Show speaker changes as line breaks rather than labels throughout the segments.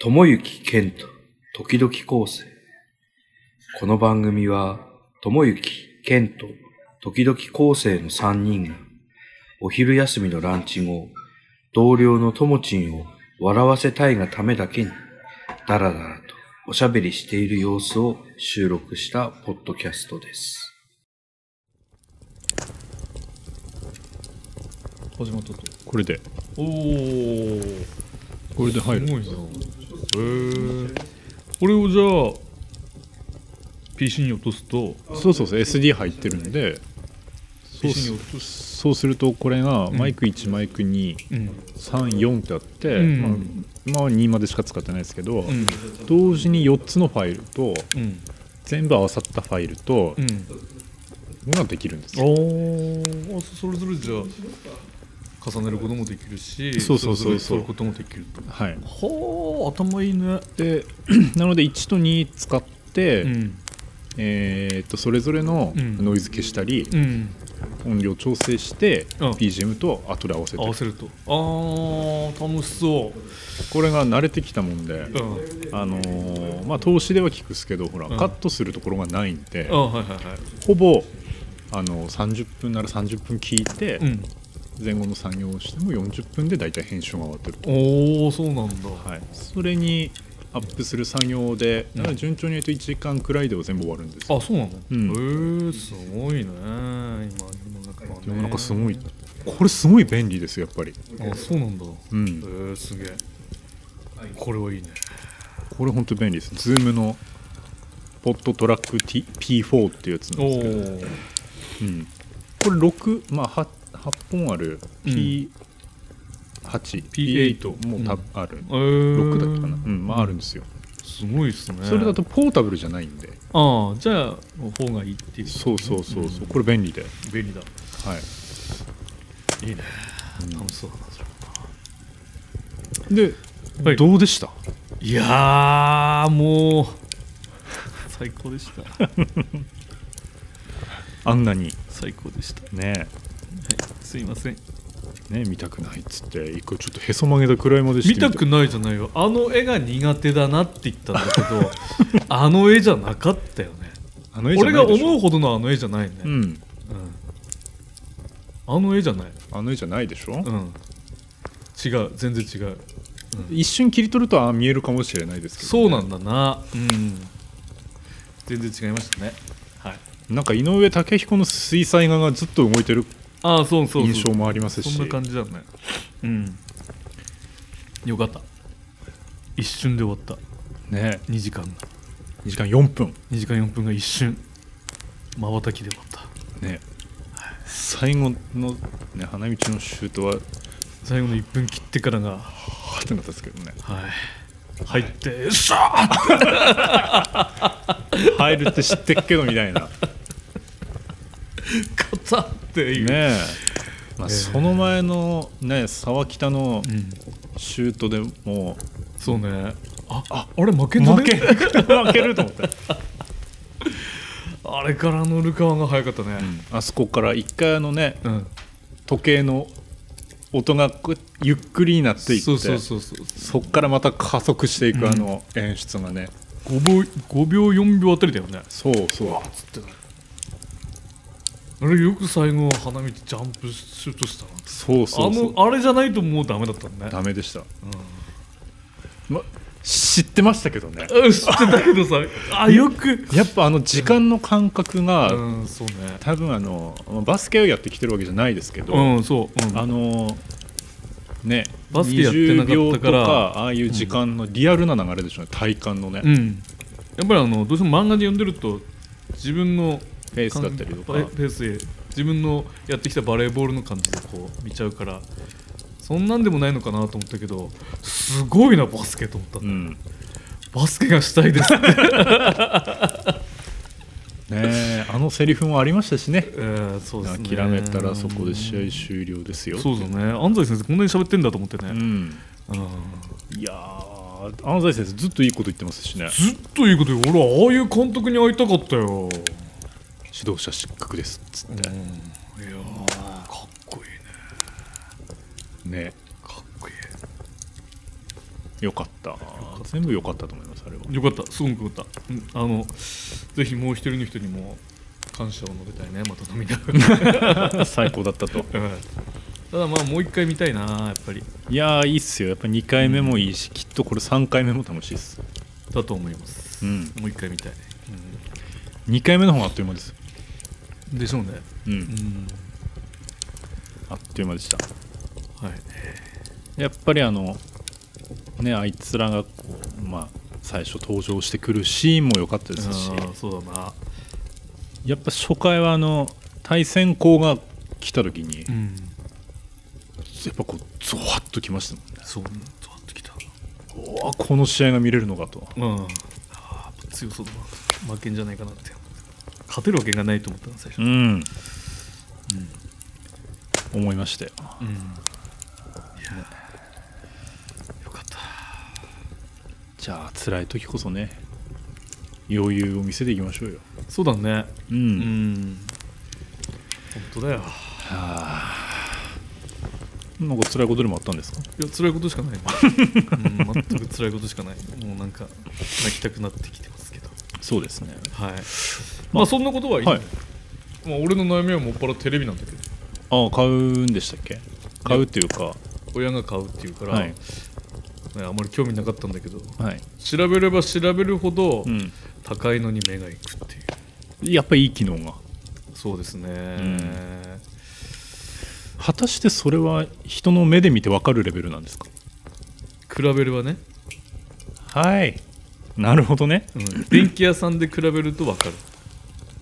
友幸健と時々構成。この番組は、友幸健と時々構成の3人が、お昼休みのランチ後、同僚のともちんを笑わせたいがためだけに、だらだらとおしゃべりしている様子を収録したポッドキャストです。
始まったと
これで
おおす
これで入る
ごいな
えー、
これをじゃあ PC に落とすと
そうそうそう SD 入ってるんでそう
PC に
す
落とす
そうするとこれがマイク1、マイク
うん
234ってあって、
うん
まあ、まあ2までしか使ってないですけど、
うん
同時に4つのファイルと
うん
全部合わさったファイルと
うん
ができるんですよ、
おおそれぞれじゃあ重ねることもできるし
そうそうそうそう
れぞれ取ることもできると
はい、
はあ頭いいね
で なので1と2使って、
うん
えーっとそれぞれの
うん
ノイズ消したり、
うん
音量調整して、
うん
BGM と後で合わせて
合わせるとあー楽しそ
これが慣れてきたもんで、
ううん
あのーまあ投資では聞くっすけどほら、
うん
カットするところがないんで、
あはいはいはい
ほぼあの30分なら30分聞いて、
うん
前後の作業をしても40分で大体編集が終わってると、
おおそうなんだ
はい、それにアップする作業で
うん
だから順調に言うと1時間くらいでは全部終わるんですよ、
あそうなの、
う
へえすごいね今世の中はね
世の中すごいこれすごい便利ですよやっぱり、
あそうなんだへ
うん、
えすげえこれはいいね
これ本当便利ですズームのポットトラック、T、P4 っていうやつなんですけど
お
うん、これ6、まあ、8, 8本ある P8、
P8
もうた、
うん
ある
えー、
6だったかな、うんまあ、あるんですよ、
すごいっすね
それだとポータブルじゃないんで
ああじゃあの方がいいっていう
そうそうそうそう、
ん
これ便利で、は
便利だいいね
うん
楽しそうだなそれ
い、で、
はい
どうでした
いやー もう最高でした
あんなに
最高でした、は
ね
い、すいません
ね見たくないっつって一個ちょっとへそ曲げたくらいまでして
見たくないじゃないよあの絵が苦手だなって言ったんだけ どあの絵じゃなかったよね
あの絵じゃな
俺
い
が
でしょ
思うほどのあの絵じゃないね、
う
うん
ん
あの絵じゃない、
あの絵じゃないでしょ、
うん、違う全然違う
一瞬切り取るとああ見えるかもしれないですけど、
そうなんだなうん全然違いましたねはい
なんか井上武彦の水彩画がずっと動いてる
ああそうそうそう
印象もありますし
そんな感じだねうんよかった一瞬で終わった
ね
2時間が
2時間4分
2時間4分が一瞬まばたきで終わった
ね最後の、ね、花道のシュートは
最後の1分切ってからが
はーってなったんですけどね
はい入ってシャー
入るって知ってっけどみたいなね
勝ったっていう、
え、
え
まあ、
ー
その前のね沢北の
うん、
シュートでも
そうねあああれ負
う
けんのね
負け 負けると思って、
あれから乗る川が早かったね
あそこから一回あのね
うん、
時計の音がこうゆっくりになっていって
そうそうそうそう
そっからまた加速していくあの演出がね、
5秒5秒4秒あたりだよね
そうそう
つってねあれよく最後花道ジャンプシュートしたな
そうそうそう
あのあれじゃないともうダメだったんだね
ダメでした、ま、知ってましたけどね
うん知ってたけどさ あよく
やっぱあの時間の感覚が、
うんそうね
多分あのバスケをやってきてるわけじゃないですけど、
うんそう、うん、
あのね
バスケやってなかったから
20秒とああいう時間のリアルな流れでしょうね体感のね、
うん、やっぱりあのどうしても漫画で読んでると自分の
ペースだったりと
感
か
ペペースで自分のやってきたバレーボールの感じでこう見ちゃうからそんなんでもないのかなと思ったけどすごいなバスケと思った、
うんね
バスケがしたいです、
えあのセリフもありましたしね
えーそうですね
諦めたらそこで試合終了ですよ
そうだね安西先生こんなに喋ってんだと思ってね、
うん
うん
いやー安西先生ずっといいこと言ってますしね
ずっといいこと言う俺ああいう監督に会いたかったよ、
指導者失格ですっつっ
い
て、
やーかっこいいね
ね
かっこいい
よかった全部よかったと思いますあれは
よかったすごくよかったうんあのぜひもう一人の人にも感謝を述べたいねまた飲みな がら
最高だったと
うんただまあもう一回見たいなやっぱり
いやーいいっすよやっぱ2回目もいいし、きっとこれ3回目も楽しいっす、
だと思います
うん、
もう一回見たい
2回目の方があっという間です、
でしょうね
うん
うん
あっという間でした
はい
やっぱりあのねあいつらがこうまあ最初登場してくるシーンも良かったですし
あーそうだな
やっぱ初回はあの対戦校が来た時に、
うん
やっぱこうゾワッときましたもんね
そうゾワッときた
うわこの試合が見れるのかと
うんあーやっぱ強そうだな負けんじゃないかなって勝てるわけがないと思ったな最初
うん、思いましたよ
うんいやーよかった
じゃあ辛い時こそね余裕を見せていきましょうよ
そうだね
うん、
うん本当だよ
なんか辛いことでもあったんですか
いや辛いことしかない、うん、全く辛いことしかない もうなんか泣きたくなってきてますけど
そうですね
はいまあそんなことはいい、
はい
まあ、俺の悩みはもっぱらテレビなんだけど
ああ買うんでしたっけ買うっていうか
親が買うっていうから、
はい
ね、あまり興味なかったんだけど
はい、
調べれば調べるほど
うん、
高いのに目がいくっていう
やっぱりいい機能が
そうですね、
ん果たしてそれは人の目で見て分かるレベルなんですか
比べればね、
はいなるほどね
うん、電気屋さんで比べると分かる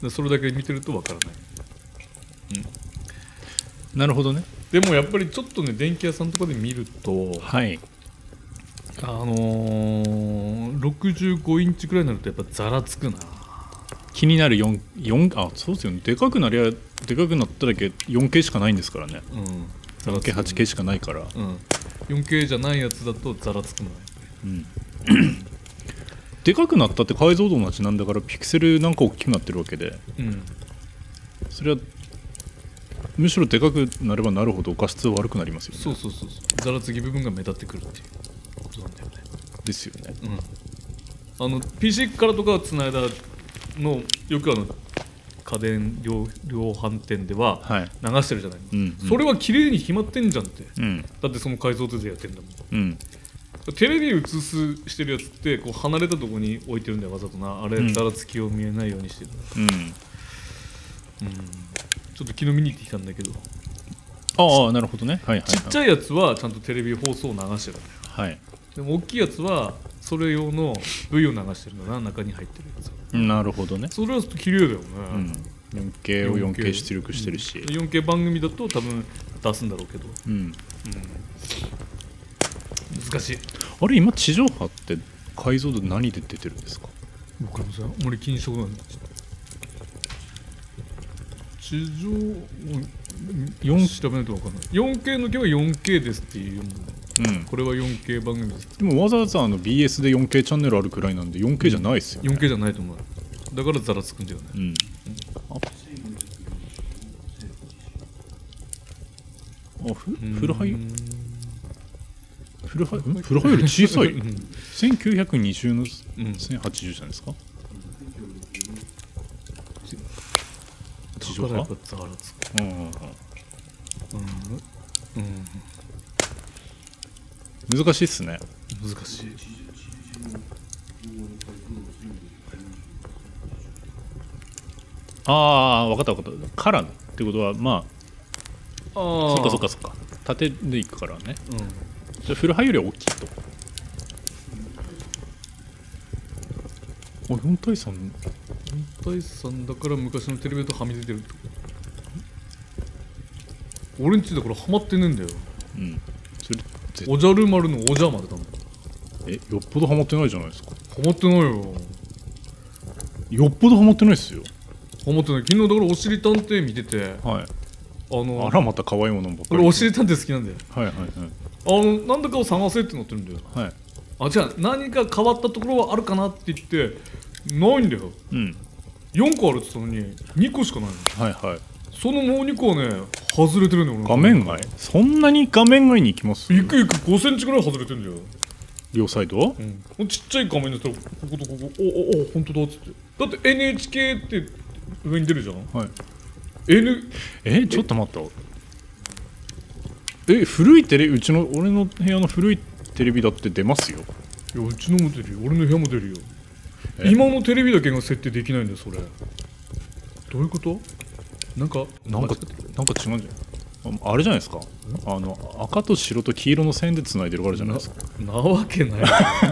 でそれだけ見てると分からない
なるほどね
でもやっぱりちょっとね電気屋さんとかで見ると
はい
あのー、65インチくらいになるとやっぱざらつくな
気になる 4, 4あそうですよねでかくなりゃでかくなっただけ 4K しかないんですからね
うんざらつく
4K8K しかないから、
うん、4K じゃないやつだとざらつくのね
うん、 でかくなったって解像度同じなんだからピクセルなんか大きくなってるわけで
うん
それはむしろでかくなればなるほど画質は悪くなりますよね
そうそうそうそうざらつき部分が目立ってくるっていうことなんだよね
ですよね
うんあの PC からとかつないだのよくあの家電量量販店では
はい
流してるじゃない、
うんうん
それは綺麗に決まってんじゃんって
うん
だってその解像度でやってんだもん
うん
テレビ映すしてるやつってこう離れたとこに置いてるんだよわざとなあれ
うん
ざらつきを見えないようにしてる、
うん
うん、ちょっと昨日見に行ってきたんだけど
ああなるほどねはいはい
ちっちゃいやつはちゃんとテレビ放送を流してるんだよ
はい、はい
でも大きいやつはそれ用の V を流してるんだな中に入ってるやつは
なるほどね、
それはちょっと綺麗だよね、
うん、4K を 4K 出力してるし、
4K 番組だと多分出すんだろうけど、
うん、
難しい
あれ今地上波って解像度何で出てるんですか
僕もさあんまり気にしたことない地上4調べないと分かんない 4K の時は 4K ですっていうもん
うん
これは 4K 番組です
でもわざわざあの BS で 4K チャンネルあるくらいなんで 4K じゃないですよ、ね
4K じゃないと思うだからざらつくんだよね
うんああフフルハイ
うん
フルハイんフルハイより小 さい
うん
1920の
うん
1080じゃないですか地上
だからやっ
波
ぱざらつく
うんうん
うん、う
うん難しいっすね
ん、難しい
ああ分かった分かったからってことはま
あ
あ
あ
そっかそっかそっか縦でいくからね
うん
じゃあフルハイよりは大きいとあ4対3
大さんだから昔のテレビだとはみ出てるってこと俺んちだからハマってねえんだよ
うんそれ絶
おじゃる丸のおじゃまでだもんハ
えよっぽどハマってないじゃないですか
マってないよ
よっぽどハマってないっすよ
ハマってない昨日だからおしりたんてい見ててあ
はい
の
あらまた可愛いものばっかり
俺おしりたんてい好きなんだよ
はいはいは
あのなんだかを探せってなってるんだよ
いはい
あじゃあ何か変わったところはあるかなって言ってないんだよ
うん
4個あるって言ったのに2個しかないの
はいはい
そのもう2個はね外れてるんだよ俺の
画面外そんなに画面外に行きます
いくいく5センチぐらい外れてんだよ
両サイド
うん、ちっちゃい画面だったらこことここおおお本当だっつってだって NHK って上に出るじゃん
はい
N
えちょっと待ったえ古いテレビうちの俺の部屋の古いテレビだって出ますよ
いやうちのも出るよ俺の部屋も出るよ
え
今のテレビだけが設定できないんだよそれどういうことなんか
なんかなんか違うんじゃないああれじゃないですかあの赤と白と黄色の線でつないでるからじゃない ですか
なわけない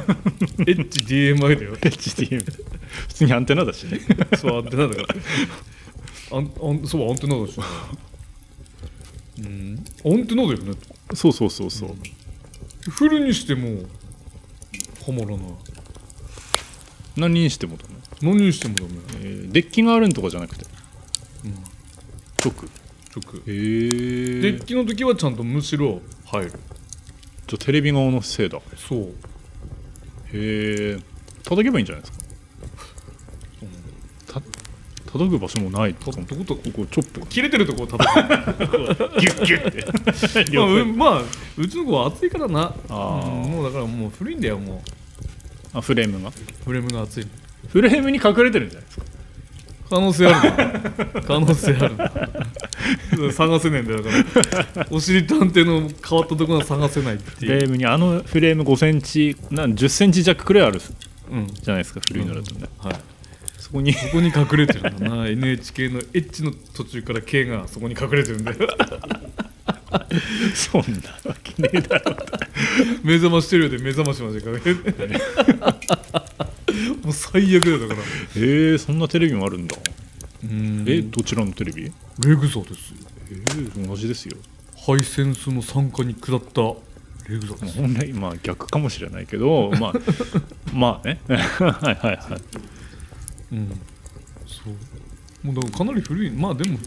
HDMI だよ
HDM 普通にアンテナだしね
そうアンテナだからあんあんそうアンテナだしねうんアンテナだよね
そうそうそうそう、
フルにしてもはまらない
何にしてもだね、
何にしてもダメ
えーデッキがあるんとかじゃなくて
うん
直
直
へえ
デッキの時はちゃんとむしろ入る
じゃあテレビ側のせいだへ
そう
え叩けばいいんじゃないですかた叩く場所もない
た
と
っ
か
てこと
ここチョップが
切れてるとこを叩く
ギュッギュッて
まあ、
両
う
方
まあうちの子は熱いからな
あー
うんもうだからもう古いんだよも
あフレームが
うフレームが熱い
フレームに隠れてるんじゃないですか
可能性ある な可能性あるな探せねえんだよだからお尻探偵の変わったところは探せないって
フ
い
レ
う、
ームにあのフレーム5センチなん10センチ弱くらいある
うん
じゃないですか古いのだとね、
はい、こ
そこに
こに隠れてるんだな NHK のエッチの途中から K がそこに隠れてるんだよ
そんなわけねえだろ
目覚ましてるようで目覚ましまで隠れてる もう最悪だよだから
へえそんなテレビもあるんだえ
え
どちらのテレビ
レグザですよ
えー同じですよ
ハイセンスの参加に下ったレグザです
本来まあ逆かもしれないけ どまあまあね はいはいはい
うんそうもうだからかなり古いまあでも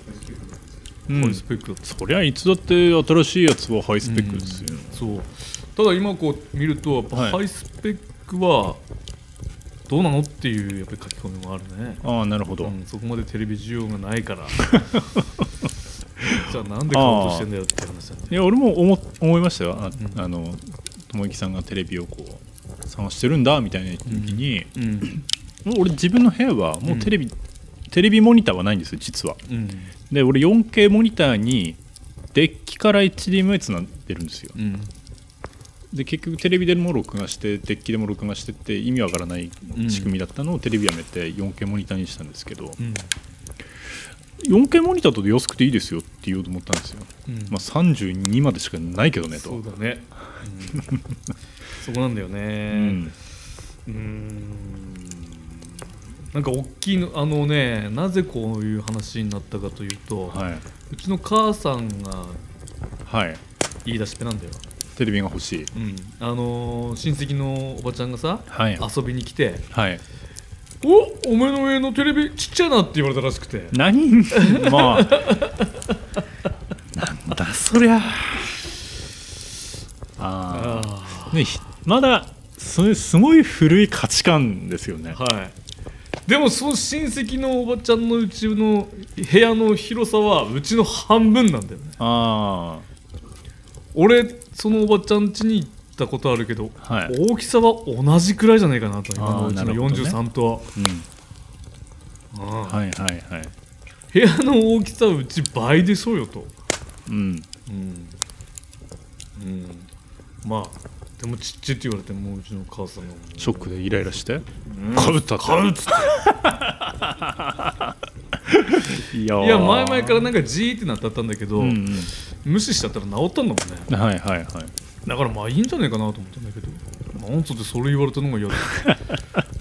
うん
ハイスペックだった、
そりゃいつだって新しいやつはハイスペックですよ、
そうただ今こう見るとやっぱ
はい
ハイスペックはどうなのっていうやっぱり書き込みもあるね、
ああなるほど、
うん、そこまでテレビ需要がない からじゃあなんで買おうとしてんだよって話だね
いや俺も思思いましたよあ,、
うん
あの友之さんがテレビをこう探してるんだみたいな時に、
うん
もう俺自分の部屋はもうテレビ、テレビモニターはないんですよ実は
うん
で俺 4K モニターにデッキから HDMI つなでるんですよ
うん
で結局テレビでも録画してデッキでも録画してって意味わからない仕組みだったのをテレビやめて 4K モニターにしたんですけど、
うん
4K モニターだと安くていいですよって言おうと思ったんですよ、
うん
まあ、32までしかないけどねと
そうだね、うんそこなんだよね
うん
うーんなんか大きいのあのねなぜこういう話になったかというと、
はいう
ちの母さんが
はい
言い出しっぺなんだよ、
テレビが欲しい
うんあのー親戚のおばちゃんがさ
はい
遊びに来て
はい
「おお前の上のテレビちっちゃいな」って言われたらしくて
何 まあなんだそりゃあ
あ
あねひまだそれすごい古い価値観ですよね
あはいでもその親戚のおばちゃんのうちの部屋の広さはうちの半分なんだよね
あ
俺そのおばちゃん家に行ったことあるけど、
はい
大きさは同じくらいじゃないかなと今の
あー
うち
な
の
るほどね
43とは、
あうん
うん
はいはいはい
部屋の大きさはうち倍でしょうよと、
うん
うんうん、まあでもちっちゃいって言われてもううちの母さんが
ショックでイライラしてかぶったって
買うっつっ
いや
ていや前々からなんかジーってなってあったんだけど、
うんうん
無視しちゃったら治ったんだもんね
はいはいはい
だからまあいいんじゃないかなと思ったんだけどなんつってそれ言われたのが嫌だ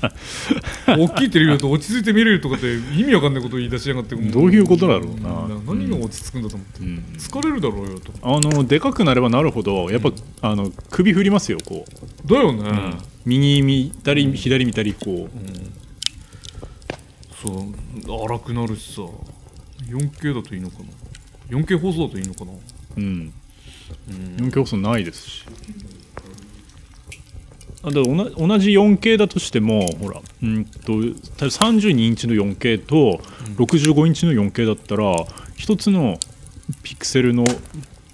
大きいテレビだと落ち着いて見れるとかって意味わかんないことを言い出しやがっても
どういうことだろうな
うん何が落ち着くんだと思って、
うん
疲れるだろうよと
あのでかくなればなるほどやっぱ、あの首振りますよこう、
だよね、
右見たり左見たりこう、
そう荒くなるしさ 4K だといいのかな 4K 放送だといいのかな
うん、4K 放送ないですしあだから同じ同じ 4K だとしてもほらうんとた32インチの 4K と65インチの 4K だったら一つのピクセルの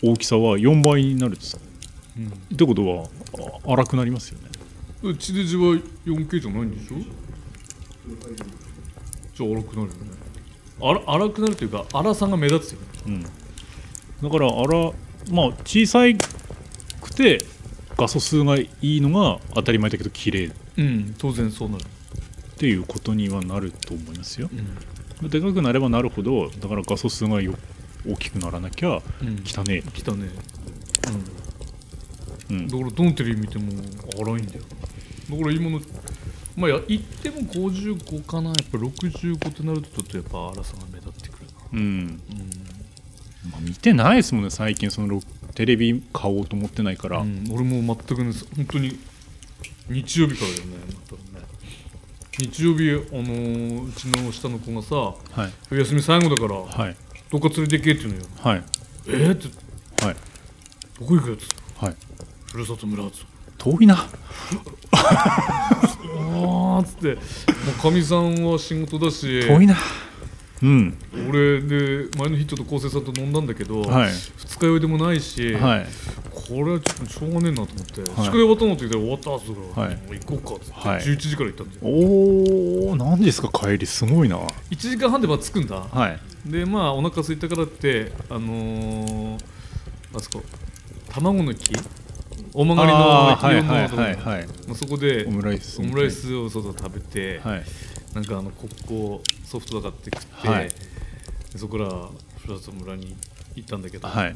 大きさは4倍になるっつ
うん
ってことはあ荒くなりますよね
うちで字は 4K じゃないんでしょじゃあ荒くなるよねあら荒くなるというか荒さが目立つよね
だからあらまあ小さくて画素数がいいのが当たり前だけど綺麗っ
うん当然そうなる
ていうことにはなると思いますよ
う
でかくなればなるほどだから画素数がよ大きくならなきゃ
ん、うん、
汚ね
来たねう
え、う
んんだからどのテレビ見ても荒いんだよだから今のまあいや言っても55かなやっぱ65ってなるとちょっとやっぱ荒さが目立ってくるな
うん
う
まあ、見てないですもんね最近そのろテレビ買おうと思ってないから、
ん、うん、俺も全くねそ本当に日曜日からだよねまたね日曜日あのーうちの下の子がさ
は
「
い
休み最後だから
はい
どっか連れてけ」って言うのよ
はい
「えっ?」って
はい
「どこ行くやつ?」
はい
「ふるさと村」っつって
遠いな
あーっつってもうかみさんは仕事だし
遠いなうん
俺で前の日ちょっと昴生さんと飲んだんだけど、
はい
二日酔いでもないし、
はい
これはちょっとしょうがねえなと思って、
い
宿題終わったのって言って終わったっつうから、
はい
もう行こうかっつって、
はい
11時から行ったんだよ
おー何時ですか帰りすごいなは
1時間半でまあ着くんだ、
い
でまあお腹空いたからってあのー、あそこ卵の木お曲がり
あー
の
は
木
い
の
はい
とこ
はいはい
まあそこで
オムライス
オムライスをそうそう食べて、
はい
なんかあのコッコソフトだかって食って、
はい
でそこからふるさと村に行ったんだけど、
はい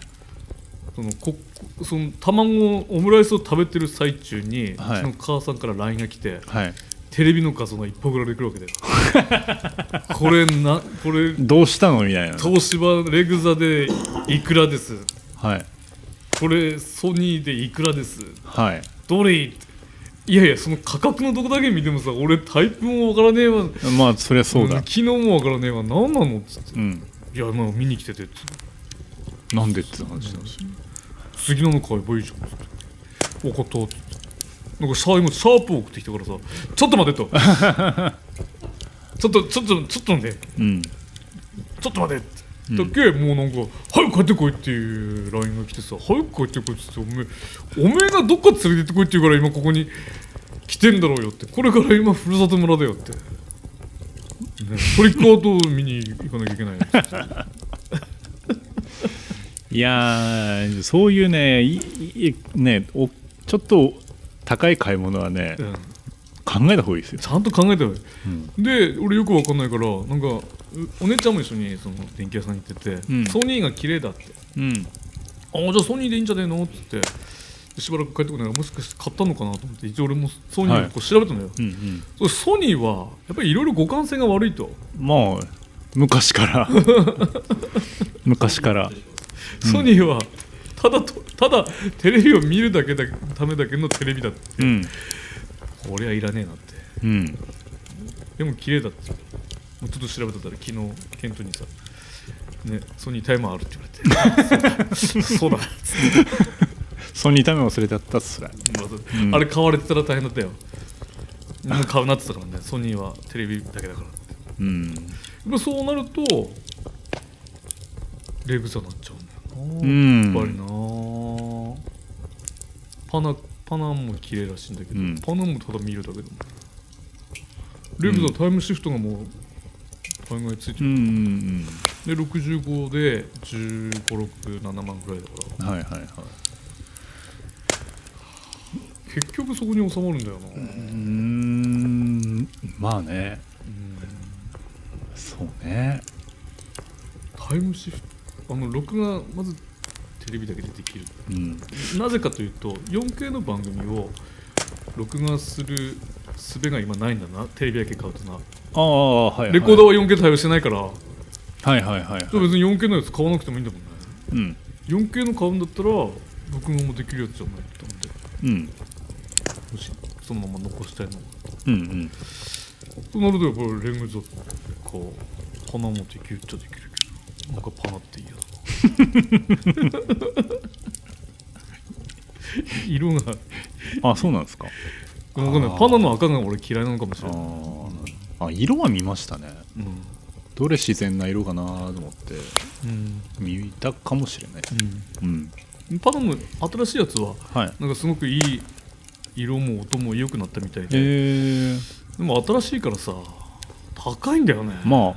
そのコッコその卵オムライスを食べてる最中に、
はいう
ちの母さんから LINE が来て
はい
テレビの画像が一歩ぐらいで来るわけだよ これなこれ
どうしたのみたいな
東芝レグザでいくらです
はい
これソニーでいくらです
はい
どれいやいやその価格のとこだけ見てもさ俺タイプもわからねえわ
まあそりゃそうだ
機能もわからねえわ何なのっつって
うん
いやもう見に来てて
なんでって話なんですよ
次のの買えばいいじゃんっつって分かったっつってなんかシャ今シャープを送ってきたからさちょっと待てとちょっとちょっとちょっと待って
うん
ちょっと待てって。だっけ、もうなんか「早く帰ってこい」っていう LINE が来てさ「早く帰ってこい」っつっておめえおめえがどっか連れてってこい」って言うから今ここに来てんだろうよってこれから今ふるさと村だよって、ね、トリックアート見に行かなきゃいけないよって
いやーそういうねいいいねおちょっと高い買い物はね、
うん
考えた方がいいですよ
ちゃんと考えたよ、で俺よくわかんないからなんかうお姉ちゃんも一緒にその電気屋さんに行ってて、
うん
ソニーが綺麗だって
うん
あじゃあソニーでいいんじゃねえのって言ってでしばらく帰ってこないからもしかして買ったのかなと思って一応俺もソニーをこう調べたのよ、
うん
そうソニーはやっぱりいろいろ互換性が悪いと、
うんまあ昔から 昔から
ソニーはただとただテレビを見るだけだためだけのテレビだって
うん
これはいらねえなって
うん
でも綺麗だってもうちょっと調べてたら昨日ケントにさ、ね「ソニータイマーある」って言われて そうだそうだ
ソニータイム忘れてあったっすねん
あれ買われてたら大変だったよもう買うなってたからねソニーはテレビだけだからって
うん
でもそうなるとレグザになっちゃうんだよな、
うん
やっぱりなパナパナンも綺麗らしいんだけど、
うん
パナンもただ見るだけだもんレグザタイムシフトがもう考えついて
うん
る、
うん
で65で1567万ぐらいだから
うんはいはいはい
結局そこに収まるんだよな、
うーんまあね
うん
そうね
タイムシフトあの録画まずテレビだけでできる
うん
なぜかというと 4K の番組を録画する術が今ないんだなテレビだけ買うとな
ああはいはい
レコードは 4K 対応してないから、
はいはいはいはい
別に 4K のやつ買わなくてもいいんだもんね
うん、
4K の買うんだったら録画もできるやつじゃないと思って
うん
もしそのまま残したいのが
うんうん
となるとやっぱりレングザこうパナもできるっちゃできるけどなんかパナって嫌だな色が
あそうなんですか
わかんないパナの赤が俺嫌いなのかもし
あ
れない、
あ色は見ましたね
うん
どれ自然な色かなと思って
うん
見たかもしれないうん
パナの新しいやつは
はい
なんかすごくいい色も音も良くなったみたいで、
えー、
でも新しいからさ高いんだよね、
まあ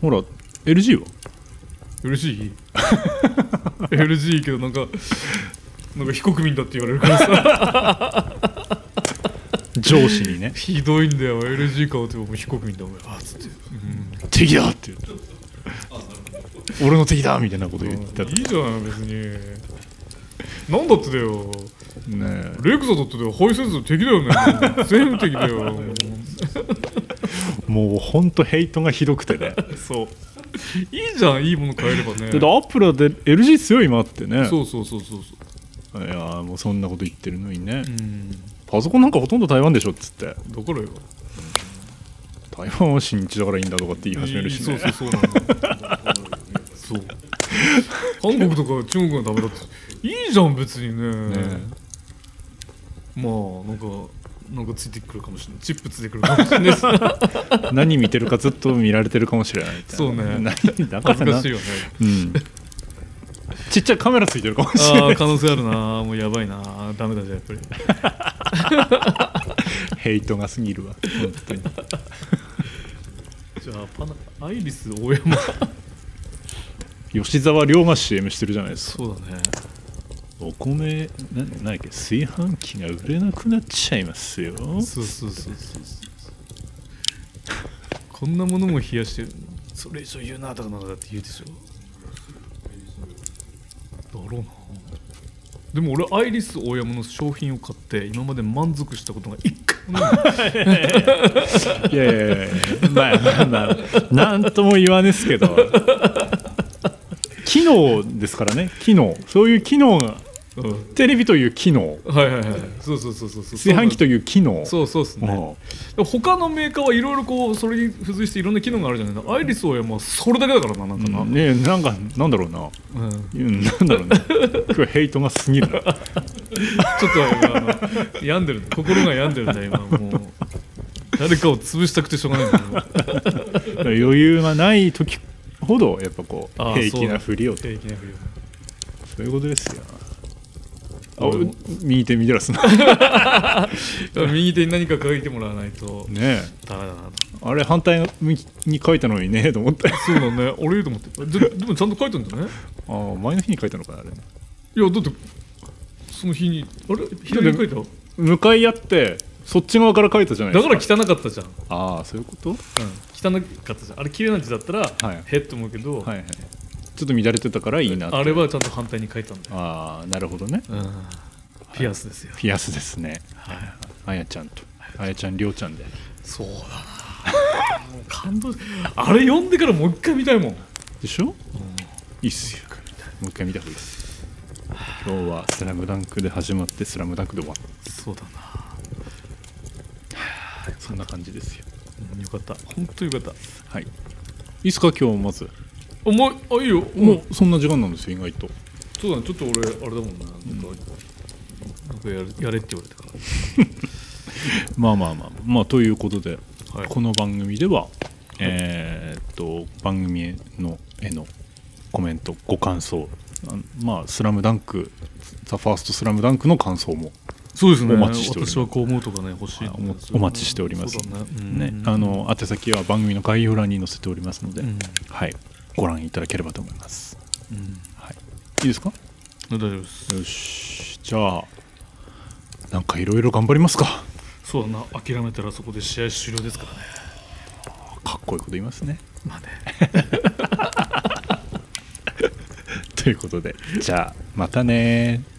ほら LG は
嬉しい LG いいけどなんかなんか非国民だって言われるからさ
上司にね
ひどいんだよ LG 買うってもう非国民だお前あっつって、
敵だって言って俺の敵だみたいなこと言ってた
う
ね
んいいじゃん別になんだってだよ
え
レクサだってだよハイセンスの敵だよね 全部敵だよ
もうほんとヘイトがひどくてね
そういいじゃんいいもの買えればね
だってアップルで LG 強い今あってね
そうそうそうそうそう
いやーもうそんなこと言ってるのにね、
うんだ
パソコンなんかほとんど台湾でしょっつって
からよ
台湾は新日だからいいんだとかって言い始めるし
そう
ね
そうそうなんだそう韓国とか中国がダメだっていいじゃん別にねまあなんかなんかついてくるかもしれないチップついてくるかもしれないです
何見てるかずっと見られてるかもしれない みたいな
そうね
何だから
恥ず
な
かしいよね
うん、ちっちゃいカメラついてるかもしれ
あ
な
あ
い
可能性あるなもうやばいなダメだじゃんやっぱり
ヘイトが過ぎるわ本当に
じゃあパナアイリス大山
吉沢亮が CM してるじゃないですか
そうだね
お米ななんだっけ炊飯器が売れなくなっちゃいますよ
そうそうそうそうそうこんなものも冷やしてるそれ以上言うなだかなんだって言うでしょだろうなでも俺アイリス大山の商品を買って今まで満足したことが一回も ない
いやいやいやいやまあまあまあ何とも言わねですけど機能ですからね機能そういう機能が
うん
テレビという機能
はいはいはいそうそうそうそうそう
炊飯器と
いう
いう機能
そうそうですね
も
でも他のメーカーはいろいろこうそれに付随していろんな機能があるじゃないアイリス大山はそれだけだからななんかな、
うねなんかなんだろうな
うん
うんなんだろうね今日ヘイトが過ぎるな
ちょっと今あの病んでる心が病んでるんだ今もう誰かを潰したくてしょうがないんだ今
余裕がない時ほどやっぱこ
あ
う
あ
平気なふりを
平気なふりを
そういうことですよあ
俺も
右手見てら すな
だから右手に何か書いてもらわないと
ねえ
ダメだなと
あれ反対向きに書いたのにねと思ってあ
そうだね俺いいと思ってででもちゃんと書いたんだね
あ前の日に書いたのかなあれ
いやだってその日にあれ左に書いただ
向かい合ってそっち側から書いたじゃないです
か
から
汚かったじゃん、うん、
ああそういうこと
汚かったじゃんあれ綺麗な字だったら、
はい
へっと思うけど、
はいはいちょっと乱れてたからいいなって
あれはちゃんと反対に書いたんだよ、
ああなるほどね
うん、ピアスですよ
ピアスですねあやちゃんとあやちゃんりょうちゃんで
そうだなもう感動しあれ読んでからもう一回見たいもん
でしょ、いいっすよもう一回見た方がいいです今日は「スラムダンクで始まって「スラムダンクで終わっ
そうだな
たそんな感じですよ
うんよかった本当よかった
はいいいっすか今日まず、
お前あいいよもう
もうそんな時間なんですよ意外と
そうだねちょっと俺あれだもんななんか,、なんかやれやれって言われたか
まあまあまあまあということで、
ら、はい、
この番組では、えーっと番組へのへのコメントご感想あのまあ「スラムダンクザファーストスラムダンクの感想も
そうですね
お待ちしております
私はこう思うとかね欲しい
あおお待ちしております
そうだね,うん、
ね、あの宛先は番組の概要欄に載せておりますので、
うん
はい、ご覧いただければと思います。
うん
はい、いいですか
大丈夫です
よしじゃあなんかいろいろ頑張りますか
そうだな諦めたらそこで試合終了ですからね
かっこいいこと言いますね。
まあね
ということでじゃあまたねー。